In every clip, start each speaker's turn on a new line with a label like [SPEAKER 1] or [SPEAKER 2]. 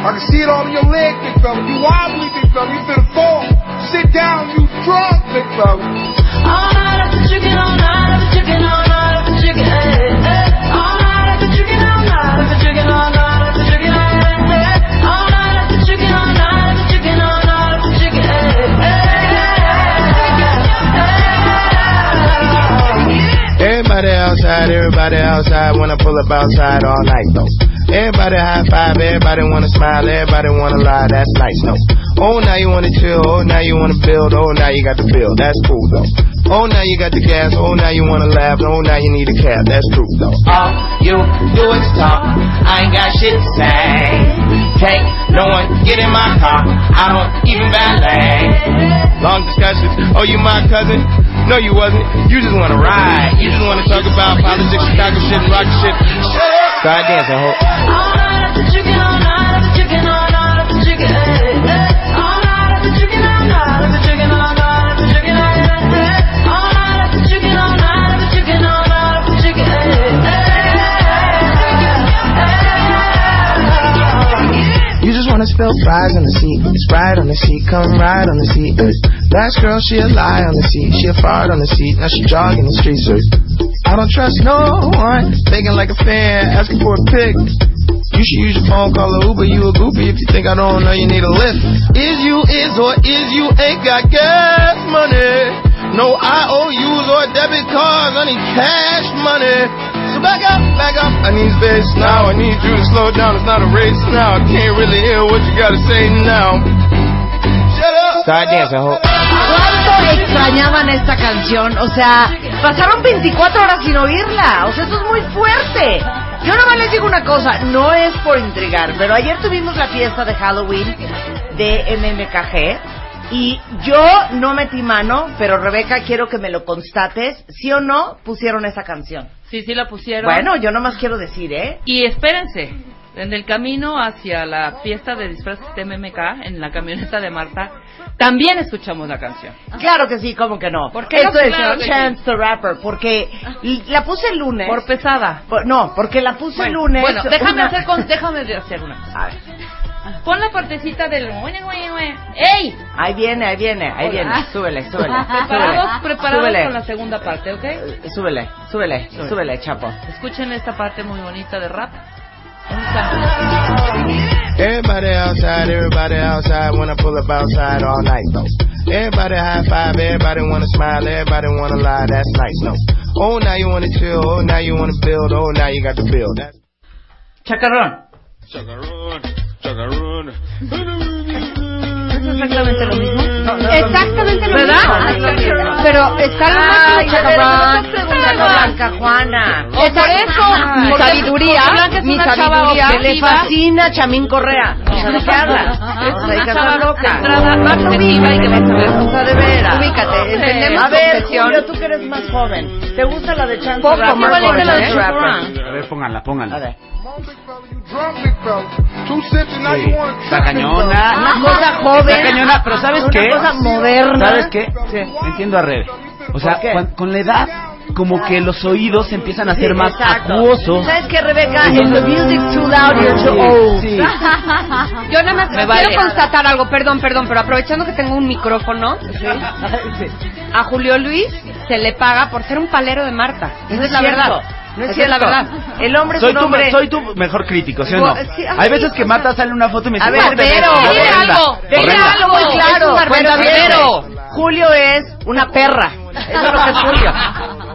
[SPEAKER 1] I can see it all in your leg, big fella. You wobbly, big fella. You finna fall. Sit down, you drunk, big fella. All night I've been drinking, all night I've been drinking, all night I've been drinking, eh, eh. All night I've been drinking, all night I've been drinking, all night I've been drinking, eh, eh. All night I've been drinking, all night I've been drinking, all night I've been drinking, eh, eh.
[SPEAKER 2] Everybody outside, everybody outside, wanna pull up outside all night though. Everybody high five, everybody wanna smile, everybody wanna lie, that's nice though. Oh now you wanna chill, oh now you wanna build, oh now you got the bill, that's cool though. Oh now you got the gas, oh now you wanna laugh, oh now you need a cab, that's true though.
[SPEAKER 3] All you do is talk. I ain't got shit to say. Can't no one get in my car. I don't even valet.
[SPEAKER 2] Long discussions, oh you my cousin? No you wasn't, you just wanna ride, you just wanna talk about politics, Chicago shit, rock shit. Start dancing, ho.
[SPEAKER 1] All night I've been drinking, all night I've been drinking, all night I've been drinking, eh, eh. All night I've been drinking, all night I've been drinking, all night I've been drinking, eh, eh. All night I've been drinking, all night I've been drinking, all night I've been drinking, eh,
[SPEAKER 2] You just wanna spill fries on the seat. Sprite on the seat, come ride on the seat. Uh. Last girl, she a lie on the seat. She a fart on the seat, now she jogging the streets. Uh. I don't trust no one. Thinking like a fan, asking for a pic. You should use your phone, call a Uber. You a goopy if you think I don't know you need a lift. Is you is or is you ain't got gas money? No IOUs or debit cards, I need cash money. So back up, back up. I need space now. I need you to slow down. It's not a race now. I can't really hear what you gotta say now. Shut up. Start dancing, ho.
[SPEAKER 4] ¿Cuánto extrañaban esta canción? O sea, pasaron 24 horas sin oírla. O sea, eso es muy fuerte. Yo nomás les digo una cosa, no es por intrigar, pero ayer tuvimos la fiesta de Halloween de MMKG y yo no metí mano, pero Rebeca, quiero que me lo constates. ¿Sí o no pusieron esa canción?
[SPEAKER 5] Sí, sí la pusieron.
[SPEAKER 4] Bueno, yo nomás quiero decir, ¿eh?
[SPEAKER 5] Y espérense, en el camino hacia la fiesta de disfraces de MMK, en la camioneta de Marta, también escuchamos la canción.
[SPEAKER 4] Claro que sí, ¿cómo que no?
[SPEAKER 5] ¿Por qué no?
[SPEAKER 4] Esto es
[SPEAKER 5] Claro que
[SPEAKER 4] Chance the Rapper, porque y la puse el lunes.
[SPEAKER 5] Por pesada.
[SPEAKER 4] Por- no, porque la puse el
[SPEAKER 5] Bueno,
[SPEAKER 4] lunes.
[SPEAKER 5] Bueno, déjame,
[SPEAKER 4] una-
[SPEAKER 5] hacer con- déjame hacer una cosa.
[SPEAKER 4] A ver,
[SPEAKER 5] Pon la partecita del... ¡Ey!
[SPEAKER 4] ahí viene, ahí viene, ahí
[SPEAKER 5] Hola.
[SPEAKER 4] viene. Súbele, súbele.
[SPEAKER 5] Preparados, preparados
[SPEAKER 4] Súbele.
[SPEAKER 5] con la segunda parte, ¿ok?
[SPEAKER 4] súbele, súbele, súbele,
[SPEAKER 5] Súbele.
[SPEAKER 4] súbele, chapo.
[SPEAKER 5] Escuchen esta parte muy bonita de rap. Ahorita.
[SPEAKER 2] Everybody outside, everybody outside, wanna pull up outside all night though. Everybody high five, everybody wanna smile, everybody wanna lie, that's nice though. Oh now you wanna chill, oh now you wanna build, oh now you got the build. That's
[SPEAKER 5] Chacarrón.
[SPEAKER 1] Chacarrón, chacarrón.
[SPEAKER 5] Es exactamente lo mismo.
[SPEAKER 6] Exactamente lo
[SPEAKER 5] ¿Verdad?
[SPEAKER 6] mismo. Pero está lo más
[SPEAKER 4] Ay, de verdad,
[SPEAKER 6] chacarrón.
[SPEAKER 4] esa segunda blanca, Juana.
[SPEAKER 5] O por eso,
[SPEAKER 6] Mi
[SPEAKER 5] porque-
[SPEAKER 6] sabiduría,
[SPEAKER 5] porque Blanca es
[SPEAKER 6] mi
[SPEAKER 5] una chava
[SPEAKER 6] sabiduría.
[SPEAKER 4] Que le
[SPEAKER 5] objetiva.
[SPEAKER 4] fascina a Chamín Correa. O sea, ¿de qué hablas? Esta hija está loca.
[SPEAKER 5] Entrada, más objetiva y que vas a ver.
[SPEAKER 4] O sea, de veras.
[SPEAKER 6] Ubícate,
[SPEAKER 5] entendemos
[SPEAKER 4] A ver,
[SPEAKER 6] confesión.
[SPEAKER 4] Julio, tú que eres más joven. ¿Te gusta la de Chance
[SPEAKER 6] Poco
[SPEAKER 4] the Rapper?
[SPEAKER 6] más
[SPEAKER 4] Igualita
[SPEAKER 6] joven,
[SPEAKER 4] la de
[SPEAKER 6] ¿eh?
[SPEAKER 4] Chance the Rapper.
[SPEAKER 7] A ver, pónganla, pónganla.
[SPEAKER 4] A ver.
[SPEAKER 1] Drunk, big fella. Two sips and now you want to
[SPEAKER 7] Está cañona.
[SPEAKER 4] Una cosa joven.
[SPEAKER 7] Está cañona, pero ¿sabes
[SPEAKER 4] Una
[SPEAKER 7] qué?
[SPEAKER 4] cosa moderna.
[SPEAKER 7] ¿Sabes qué? Entiendo a Rebe. O sea,
[SPEAKER 4] ¿Por qué?
[SPEAKER 7] cuan- con la edad, como que los oídos empiezan a ser más
[SPEAKER 4] Exacto.
[SPEAKER 7] acuosos.
[SPEAKER 4] ¿Sabes qué, Rebeca? If the music's too loud, you're too
[SPEAKER 7] Sí,
[SPEAKER 4] old.
[SPEAKER 7] sí.
[SPEAKER 6] Yo nada más
[SPEAKER 5] Me
[SPEAKER 6] quiero
[SPEAKER 5] vale.
[SPEAKER 6] constatar algo, perdón, perdón, pero aprovechando que tengo un micrófono, a Julio Luis se le paga por ser un palero de Marta. Esa
[SPEAKER 4] No
[SPEAKER 6] es la
[SPEAKER 4] cierto.
[SPEAKER 6] verdad.
[SPEAKER 4] No es
[SPEAKER 5] Esa es la
[SPEAKER 4] cierto.
[SPEAKER 5] verdad.
[SPEAKER 4] El hombre es
[SPEAKER 7] Soy
[SPEAKER 4] un
[SPEAKER 7] tu,
[SPEAKER 4] hombre.
[SPEAKER 7] me- soy tu mejor crítico, ¿sí o no?
[SPEAKER 4] Bueno, sí, ay,
[SPEAKER 7] Hay veces que Marta sale en una foto y me dice...
[SPEAKER 4] A ver,
[SPEAKER 7] "No, te ves
[SPEAKER 4] Vero,
[SPEAKER 7] horrenda,
[SPEAKER 4] dile
[SPEAKER 5] algo,
[SPEAKER 7] horrenda".
[SPEAKER 4] Dile algo muy
[SPEAKER 5] Es
[SPEAKER 4] claro.
[SPEAKER 5] un barbero,
[SPEAKER 4] Bueno,
[SPEAKER 5] Vero.
[SPEAKER 4] bien. Julio es una perra. Eso es lo que es Julio.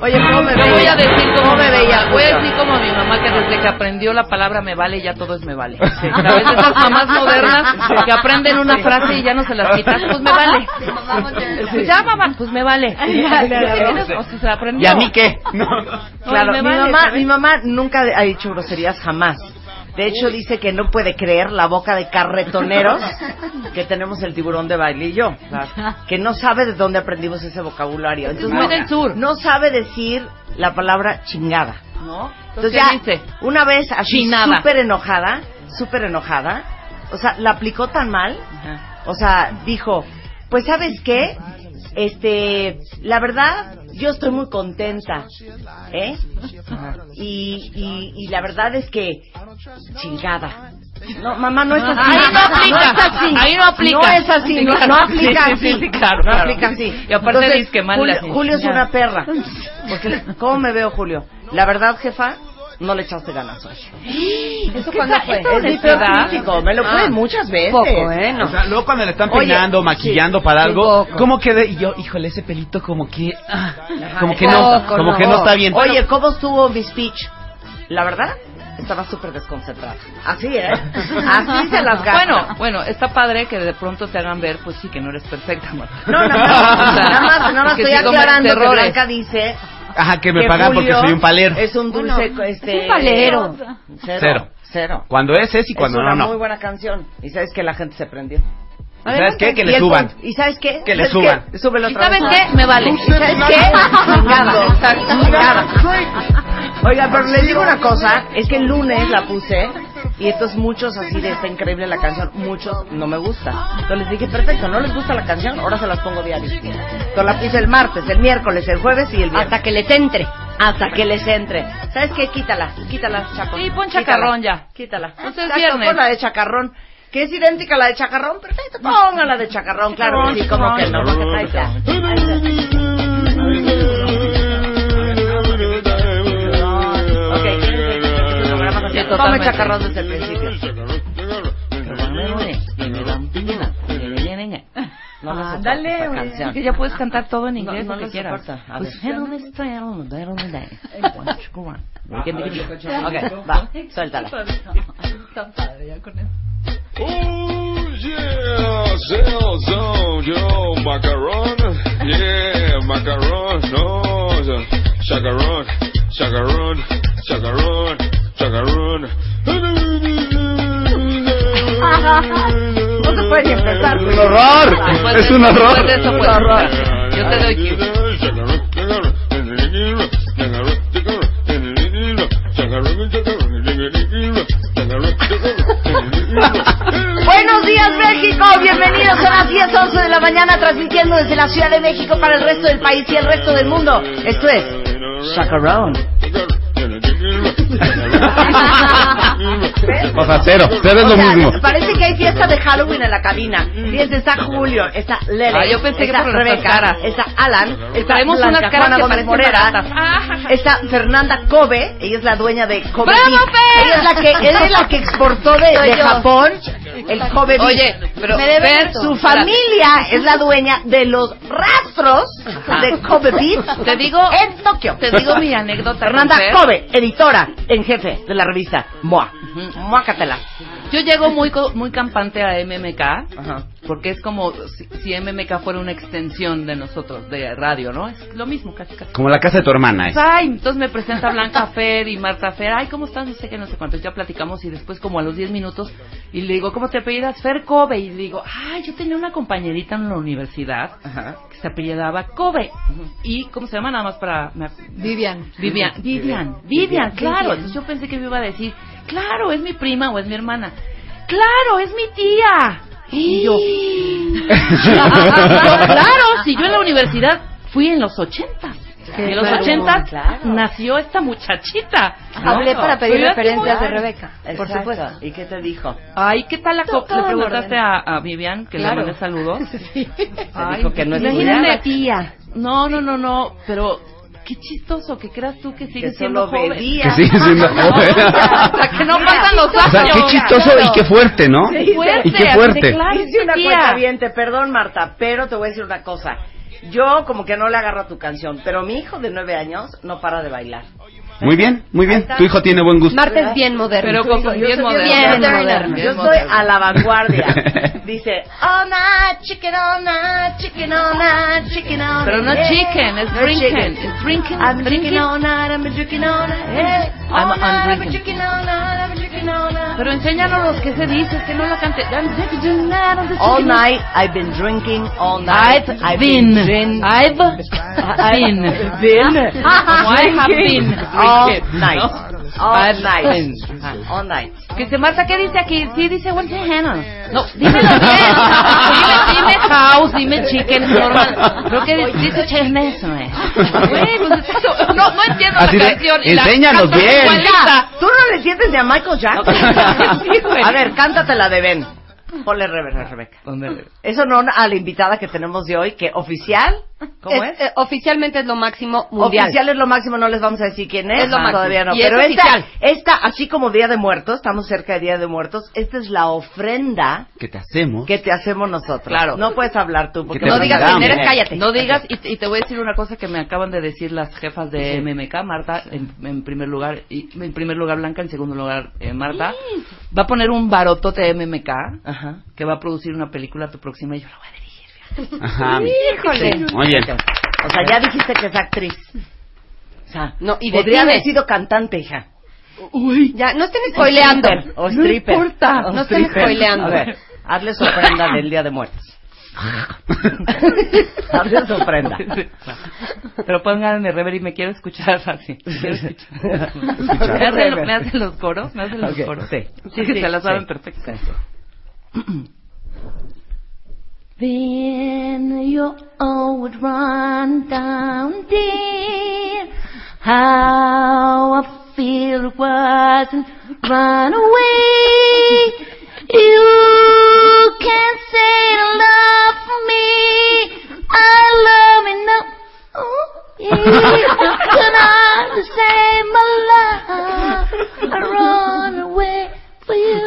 [SPEAKER 4] Oye, ¿cómo me
[SPEAKER 5] Yo
[SPEAKER 4] veía?
[SPEAKER 5] voy a decir
[SPEAKER 4] ¿Cómo
[SPEAKER 5] como
[SPEAKER 4] me veía?
[SPEAKER 5] Voy a
[SPEAKER 4] Julio?
[SPEAKER 5] decir como mi mamá que desde que aprendió la palabra me vale ya todo es me vale. ¿Sabes? Esas mamás modernas que aprenden una frase y ya no se las quitas, pues me vale. Pues ya mamá, pues me vale. O sea, se la aprendió.
[SPEAKER 7] ¿Y a mí qué? No.
[SPEAKER 5] No,
[SPEAKER 4] Claro,
[SPEAKER 5] me
[SPEAKER 4] mi,
[SPEAKER 5] vale,
[SPEAKER 4] mamá,
[SPEAKER 5] ¿sabes?
[SPEAKER 4] mi mamá nunca ha dicho groserías jamás. De hecho, dice que no puede creer la boca de carretoneros que tenemos el tiburón de baile y yo. Que no sabe de dónde aprendimos ese vocabulario. Entonces,
[SPEAKER 5] muy
[SPEAKER 4] no,
[SPEAKER 5] del sur.
[SPEAKER 4] no sabe decir la palabra chingada.
[SPEAKER 5] ¿No?
[SPEAKER 4] Entonces,
[SPEAKER 5] Entonces,
[SPEAKER 4] ya,
[SPEAKER 5] ¿qué dice?
[SPEAKER 4] una vez así,
[SPEAKER 5] Chinada.
[SPEAKER 4] súper enojada, súper enojada, o sea, la aplicó tan mal o sea, dijo, pues sabes qué, este, la verdad, yo estoy muy contenta, ¿eh? Y, y, y la verdad es que chingada. No, mamá, no es así.
[SPEAKER 5] Ah, Ahí no aplica.
[SPEAKER 4] es así.
[SPEAKER 5] Ahí no aplica.
[SPEAKER 4] No es así.
[SPEAKER 5] Sí,
[SPEAKER 4] No,
[SPEAKER 5] claro.
[SPEAKER 4] no aplica
[SPEAKER 5] Sí,
[SPEAKER 4] así.
[SPEAKER 5] sí, sí, claro,
[SPEAKER 4] No
[SPEAKER 5] claro.
[SPEAKER 4] aplica así.
[SPEAKER 5] Y aparte
[SPEAKER 4] Entonces,
[SPEAKER 5] dice que mal
[SPEAKER 4] Julio,
[SPEAKER 5] la señal.
[SPEAKER 4] Julio es una perra. Porque, ¿Cómo me veo, Julio? La verdad, jefa, no le echaste ganas hoy.
[SPEAKER 5] ¿Eso
[SPEAKER 4] cuándo
[SPEAKER 5] fue?
[SPEAKER 4] Es mi peor crítico. Me lo
[SPEAKER 5] Ah.
[SPEAKER 4] pueden muchas veces.
[SPEAKER 6] Poco, ¿eh? No.
[SPEAKER 7] O sea, luego cuando le están
[SPEAKER 4] Oye,
[SPEAKER 7] peinando,
[SPEAKER 4] sí,
[SPEAKER 7] maquillando para
[SPEAKER 4] sí,
[SPEAKER 7] algo,
[SPEAKER 4] poco.
[SPEAKER 7] ¿cómo quedé? Y yo, híjole, ese pelito como que... ah,
[SPEAKER 4] Ajá,
[SPEAKER 7] como que
[SPEAKER 4] poco,
[SPEAKER 7] no, como que no está bien.
[SPEAKER 4] Oye, ¿cómo estuvo mi speech? La verdad, estaba súper desconcentrada. Así, ¿eh? Así se las gasta.
[SPEAKER 5] Bueno, bueno, está padre que de pronto te hagan ver, pues sí, que no eres perfecta, Marta.
[SPEAKER 4] No, no, no,
[SPEAKER 7] O sea,
[SPEAKER 4] nada más, nada más
[SPEAKER 5] que
[SPEAKER 4] estoy
[SPEAKER 5] sí cometes
[SPEAKER 4] aclarando que
[SPEAKER 5] errores.
[SPEAKER 4] Blanca dice
[SPEAKER 7] Ajá, que me pagan porque
[SPEAKER 4] Julio
[SPEAKER 7] soy un palero.
[SPEAKER 4] Es un dulce,
[SPEAKER 6] Bueno,
[SPEAKER 4] este...
[SPEAKER 6] es un palero.
[SPEAKER 4] Cero. Cero.
[SPEAKER 7] Cero. Cuando es, es y cuando
[SPEAKER 4] es una
[SPEAKER 7] no,
[SPEAKER 4] muy
[SPEAKER 7] no.
[SPEAKER 4] buena canción. Y sabes que la gente se prendió.
[SPEAKER 6] A ver,
[SPEAKER 7] ¿Sabes qué? Que
[SPEAKER 4] Y
[SPEAKER 7] le
[SPEAKER 4] el
[SPEAKER 7] suban.
[SPEAKER 4] punto- ¿Y sabes qué?
[SPEAKER 7] Que le
[SPEAKER 4] ¿Sabes
[SPEAKER 7] suban.
[SPEAKER 4] qué? Súbelo
[SPEAKER 5] ¿Y
[SPEAKER 4] otra
[SPEAKER 5] sabes
[SPEAKER 4] vez.
[SPEAKER 5] qué? Me vale.
[SPEAKER 4] ¿Sabes qué? Chingado. Chingado. Oiga,
[SPEAKER 6] Ah,
[SPEAKER 4] pero les digo una cosa, es que el lunes la puse y entonces muchos así de está increíble la canción, muchos no me gusta. Entonces les dije, perfecto, no les gusta la canción, ahora se las pongo diario. Entonces la puse el martes, el miércoles, el jueves y el viernes.
[SPEAKER 6] Hasta que les entre.
[SPEAKER 4] Hasta que les entre. ¿Sabes qué? Quítala, quítala, Chaco.
[SPEAKER 5] Sí, pon
[SPEAKER 4] Quítala,
[SPEAKER 5] chacarrón ya.
[SPEAKER 4] Quítala.
[SPEAKER 5] Pues es
[SPEAKER 4] Exacto,
[SPEAKER 5] viernes.
[SPEAKER 4] pon la de chacarrón. Que es idéntica a la de chacarrón, perfecto. Ponga la de chacarrón, claro que sí, como que no. Ahí está. Ahí está. Ok,
[SPEAKER 5] Sí,
[SPEAKER 4] quédense. Tome
[SPEAKER 5] totalmente.
[SPEAKER 4] chacarrón desde el principio. eh. No
[SPEAKER 5] Ah,
[SPEAKER 4] me soporto esta canción.
[SPEAKER 5] Que ya puedes cantar todo en inglés,
[SPEAKER 4] no
[SPEAKER 5] lo
[SPEAKER 4] me
[SPEAKER 5] que quieras.
[SPEAKER 4] soporta. A
[SPEAKER 5] Pues,
[SPEAKER 4] ver.
[SPEAKER 5] hello, Mr. Hello, hello, hello.
[SPEAKER 4] Ok, va, suéltala.
[SPEAKER 5] Tan padre, ya con eso.
[SPEAKER 1] Ooh, Oh, yeah, sell some, yo, macaron. Yeah, macaron, no, yeah. chacaron, chacaron, chacaron, chacaron.
[SPEAKER 4] No se puede ni empezar,
[SPEAKER 7] ¡Es un horror!
[SPEAKER 5] Después de
[SPEAKER 7] ¡Es un
[SPEAKER 5] eso,
[SPEAKER 7] horror!
[SPEAKER 5] después de eso, pues. Yo te doy cue.
[SPEAKER 4] Buenos días, México. Bienvenidos a las 10, 11 de la mañana, transmitiendo desde la Ciudad de México para el resto del país y el resto del mundo. Esto es Chacarón.
[SPEAKER 7] O sea, cero. Cero es
[SPEAKER 4] O
[SPEAKER 7] lo
[SPEAKER 4] sea,
[SPEAKER 7] mismo.
[SPEAKER 4] Parece que hay fiesta de Halloween en la cabina. Fíjense, está Julio, está Lele,
[SPEAKER 5] Mm. Ah, yo pensé que
[SPEAKER 4] está
[SPEAKER 5] por nuestras
[SPEAKER 4] Rebeca,
[SPEAKER 5] caras.
[SPEAKER 4] está Alan, está
[SPEAKER 5] Traemos
[SPEAKER 4] Blanca
[SPEAKER 5] unas caras
[SPEAKER 4] Juana
[SPEAKER 5] que
[SPEAKER 4] Gómez
[SPEAKER 5] parecen
[SPEAKER 4] Morera,
[SPEAKER 5] baratas.
[SPEAKER 4] está Fernanda Kobe, ella es la dueña de Kobe.
[SPEAKER 5] ¡Bravo,
[SPEAKER 4] Beef.
[SPEAKER 5] Fer!
[SPEAKER 4] Ella es la que, ella es la que exportó de,
[SPEAKER 6] Soy
[SPEAKER 4] de
[SPEAKER 6] yo.
[SPEAKER 4] Japón el Kobe. Beef.
[SPEAKER 5] Oye, pero
[SPEAKER 6] Me debe
[SPEAKER 5] ver
[SPEAKER 6] esto.
[SPEAKER 4] Su familia es la dueña de los rastros de Kobe Beef
[SPEAKER 5] Te digo-
[SPEAKER 4] en Tokio.
[SPEAKER 5] Te digo mi anécdota.
[SPEAKER 4] Fernanda
[SPEAKER 5] con Fer.
[SPEAKER 4] Kobe, editora en jefe de la revista MOA.
[SPEAKER 5] Ujú.
[SPEAKER 4] Muácatela.
[SPEAKER 5] Yo llego muy, co- muy campante a MMK.
[SPEAKER 4] Ajá.
[SPEAKER 5] Porque es como si, si MMK fuera una extensión de nosotros, de radio, ¿no? Es lo mismo, casi, casi.
[SPEAKER 7] Como la casa de tu hermana. es.
[SPEAKER 5] Ay, entonces me presenta Blanca Fer y Marta Fer. Ay, ¿cómo están? No sé qué, no sé cuánto. Ya platicamos y después como a los 10 minutos y le digo, ¿cómo te apellidas? Fer Kobe. Y le digo, ay, yo tenía una compañerita en la universidad que se apellidaba Kobe. ¿Y cómo se llama? Nada más para... me-
[SPEAKER 6] Vivian.
[SPEAKER 5] Vivian, Vivian, Vivian, claro. Entonces yo pensé que me iba a decir, claro, es mi prima o es mi hermana. Claro, es mi
[SPEAKER 6] Ah,
[SPEAKER 5] tía. Y yo, Yo, claro, si yo en la universidad fui en los ochentas. Y en los
[SPEAKER 6] claro,
[SPEAKER 5] ochentas
[SPEAKER 4] claro.
[SPEAKER 5] nació esta muchachita. ¿no?
[SPEAKER 6] Hablé para pedir
[SPEAKER 5] Pero yo
[SPEAKER 6] referencias
[SPEAKER 5] así
[SPEAKER 6] de
[SPEAKER 5] como,
[SPEAKER 6] Rebeca, por
[SPEAKER 4] Exacto.
[SPEAKER 6] supuesto.
[SPEAKER 4] ¿Y qué te dijo?
[SPEAKER 5] Ay, ¿qué tal la co-
[SPEAKER 6] Todo
[SPEAKER 5] Le
[SPEAKER 6] en
[SPEAKER 5] preguntaste
[SPEAKER 6] orden.
[SPEAKER 5] a, a Vivian, que
[SPEAKER 6] Claro.
[SPEAKER 5] le mandé saludos.
[SPEAKER 6] Sí.
[SPEAKER 5] Ay,
[SPEAKER 4] dijo que no es
[SPEAKER 5] imagínate.
[SPEAKER 6] Imagínate, tía.
[SPEAKER 5] No, no, no, no, pero qué chistoso que creas tú que
[SPEAKER 4] que
[SPEAKER 5] sigues siendo
[SPEAKER 4] solo
[SPEAKER 5] joven.
[SPEAKER 4] bebía.
[SPEAKER 8] Que sigue siendo joven.
[SPEAKER 9] Hasta que no pasan los
[SPEAKER 8] O sea,
[SPEAKER 9] años.
[SPEAKER 8] qué chistoso y qué fuerte, ¿no?
[SPEAKER 4] Sí,
[SPEAKER 5] Qué fuerte,
[SPEAKER 8] Y qué fuerte.
[SPEAKER 5] claro,
[SPEAKER 4] Hice una
[SPEAKER 5] tía.
[SPEAKER 4] cuenta perdón Marta, pero te voy a decir una cosa. Yo como que no le agarro a tu canción, pero mi hijo de nueve años no para de bailar.
[SPEAKER 8] Muy bien, muy
[SPEAKER 4] Ahí
[SPEAKER 8] bien.
[SPEAKER 4] está.
[SPEAKER 8] Tu hijo tiene buen gusto.
[SPEAKER 9] Marta es bien moderna.
[SPEAKER 5] Pero con-
[SPEAKER 9] Yo
[SPEAKER 5] bien
[SPEAKER 9] soy
[SPEAKER 5] moderna.
[SPEAKER 9] Bien
[SPEAKER 5] Bien
[SPEAKER 9] moderna.
[SPEAKER 5] moderna.
[SPEAKER 4] Yo
[SPEAKER 5] Es
[SPEAKER 4] estoy a la vanguardia. Dice,
[SPEAKER 9] Ona, chickenona, chickenona, chickenona.
[SPEAKER 5] Pero no chicken, es drinking. Es drinking,
[SPEAKER 9] I'm
[SPEAKER 5] drinking.
[SPEAKER 9] chickenona, I'm a chickenona, eh.
[SPEAKER 5] I'm- I'm
[SPEAKER 9] Ona, I'm a
[SPEAKER 5] drinking.
[SPEAKER 9] chickenona, I'm a chickenona.
[SPEAKER 5] Pero enséñanos los que se dice, que no la cante. I'm drinking, I'm drinking.
[SPEAKER 4] all night I've been drinking, all night
[SPEAKER 5] I've, Ah, been.
[SPEAKER 4] drinking
[SPEAKER 5] I've been.
[SPEAKER 4] been
[SPEAKER 5] Como I have been.
[SPEAKER 4] drinking all
[SPEAKER 5] drinking,
[SPEAKER 4] night,
[SPEAKER 5] ¿no?
[SPEAKER 4] all
[SPEAKER 5] I've
[SPEAKER 4] night, Ah,
[SPEAKER 5] been. Ajá.
[SPEAKER 4] all night.
[SPEAKER 5] Que dice, Marta, ¿qué dice aquí? Sí, dice, what's your hand? No, dímelo bien. Dime, dime house, dime chicken, normal. Creo que dice chismes, eh. Güey, pues es eso. No, no entiendo
[SPEAKER 8] Así
[SPEAKER 5] la
[SPEAKER 8] de,
[SPEAKER 5] canción. y la
[SPEAKER 8] enséñanos
[SPEAKER 5] cantas
[SPEAKER 8] bien.
[SPEAKER 5] igualita.
[SPEAKER 4] ¿Tú no le sientes de a Michael Jackson?
[SPEAKER 5] Sí, güey.
[SPEAKER 4] a ver, cántatela de Ben. Ponle reversa, Rebeca. Eso no a la invitada que tenemos de hoy, que oficial, ¿cómo es?
[SPEAKER 9] eh, oficialmente es lo máximo mundial.
[SPEAKER 4] Oficial es lo máximo, no les vamos a decir quién es,
[SPEAKER 9] Es lo
[SPEAKER 4] ah,
[SPEAKER 9] máximo.
[SPEAKER 4] todavía no.
[SPEAKER 9] Y es
[SPEAKER 4] Pero esta,
[SPEAKER 9] oficial.
[SPEAKER 4] esta, así como Día de Muertos, estamos cerca de Día de Muertos, esta es la ofrenda
[SPEAKER 8] ¿Qué te hacemos?
[SPEAKER 4] que te hacemos nosotros.
[SPEAKER 5] Claro.
[SPEAKER 4] No puedes hablar tú, porque
[SPEAKER 8] te
[SPEAKER 9] No digas
[SPEAKER 8] mandamos.
[SPEAKER 9] quién eres, cállate.
[SPEAKER 5] No digas, y, y te voy a decir una cosa que me acaban de decir las jefas de MMK, Marta, en, en primer lugar, y, en primer lugar Blanca, en segundo lugar eh, Marta, va a poner un barotote de MMK,
[SPEAKER 4] Ajá.
[SPEAKER 5] que va a producir una película tu próxima, y yo la voy a dirigir.
[SPEAKER 8] Ajá.
[SPEAKER 9] Híjole.
[SPEAKER 8] Muy bien.
[SPEAKER 4] O sea, ya dijiste que es actriz. O sea,
[SPEAKER 9] No, y de
[SPEAKER 4] podría
[SPEAKER 9] cine.
[SPEAKER 4] haber sido cantante, hija.
[SPEAKER 9] Ya, no estén spoileando.
[SPEAKER 4] O stripper.
[SPEAKER 5] importa.
[SPEAKER 4] O
[SPEAKER 9] No estén
[SPEAKER 4] stripper.
[SPEAKER 9] spoileando.
[SPEAKER 4] A ver, hazle su ofrenda del Día de Muertos. hazle su ofrenda.
[SPEAKER 5] Pero pónganme rever y me quiero escuchar así. Quiero escuchar.
[SPEAKER 8] Escuchar.
[SPEAKER 5] ¿Me, hacen, lo- me hacen los coros? ¿Me hacen los
[SPEAKER 4] Ok,
[SPEAKER 5] coros?
[SPEAKER 4] sí.
[SPEAKER 5] Sí,
[SPEAKER 4] Sí,
[SPEAKER 5] se la
[SPEAKER 4] sí.
[SPEAKER 5] saben perfecto.
[SPEAKER 9] Then you all would run down dear. How I feel it was and run away. You can't say you love me. I love me no. You cannot say my love. I run away for you.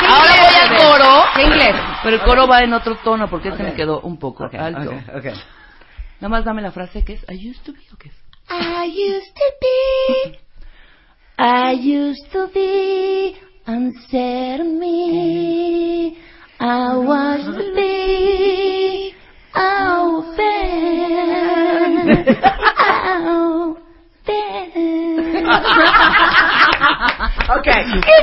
[SPEAKER 5] Ahora voy al coro.
[SPEAKER 9] ¿Qué inglés?
[SPEAKER 5] Pero el coro va en otro tono porque este me quedó un poco
[SPEAKER 4] Ok,
[SPEAKER 5] alto.
[SPEAKER 4] ok, ok.
[SPEAKER 5] Nada más dame la frase que es I used to be o qué es.
[SPEAKER 9] I used to be, I used to be, and said me, I was to be, out there, out there.
[SPEAKER 4] Ok.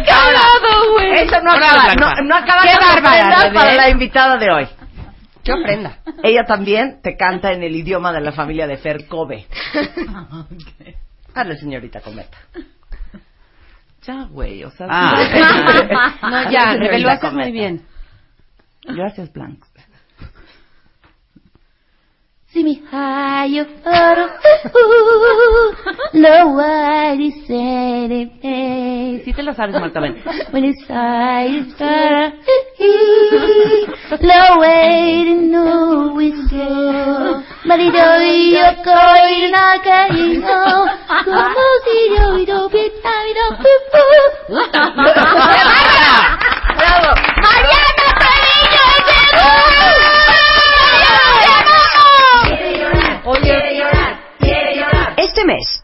[SPEAKER 9] cagado, güey!
[SPEAKER 4] Eso no
[SPEAKER 8] Bravo,
[SPEAKER 4] acaba,
[SPEAKER 8] Blanca.
[SPEAKER 4] no, no acaba
[SPEAKER 9] Qué
[SPEAKER 4] con la
[SPEAKER 9] bárbara,
[SPEAKER 4] ofrenda
[SPEAKER 9] Rebeca.
[SPEAKER 4] para la invitada de hoy.
[SPEAKER 9] ¡Qué ofrenda!
[SPEAKER 4] Ella también te canta en el idioma de la familia de Fer Kobe. Hazle, señorita Cometa.
[SPEAKER 5] Ya, güey, o sea.
[SPEAKER 8] Ah.
[SPEAKER 9] No, ya,
[SPEAKER 4] Señorita
[SPEAKER 9] Rebel, lo haces
[SPEAKER 4] Cometa.
[SPEAKER 9] muy bien.
[SPEAKER 5] Gracias, Blanc.
[SPEAKER 9] See me high up, low wide is any place.
[SPEAKER 5] Sí te la sabes, Marta, ven.
[SPEAKER 9] When his eyes are low way to know it's go. Marido y coi na carino. Como si yo y do pita y do pupu. ¡Bravo! ¡Mariana Treviño
[SPEAKER 4] Oye, Este mes,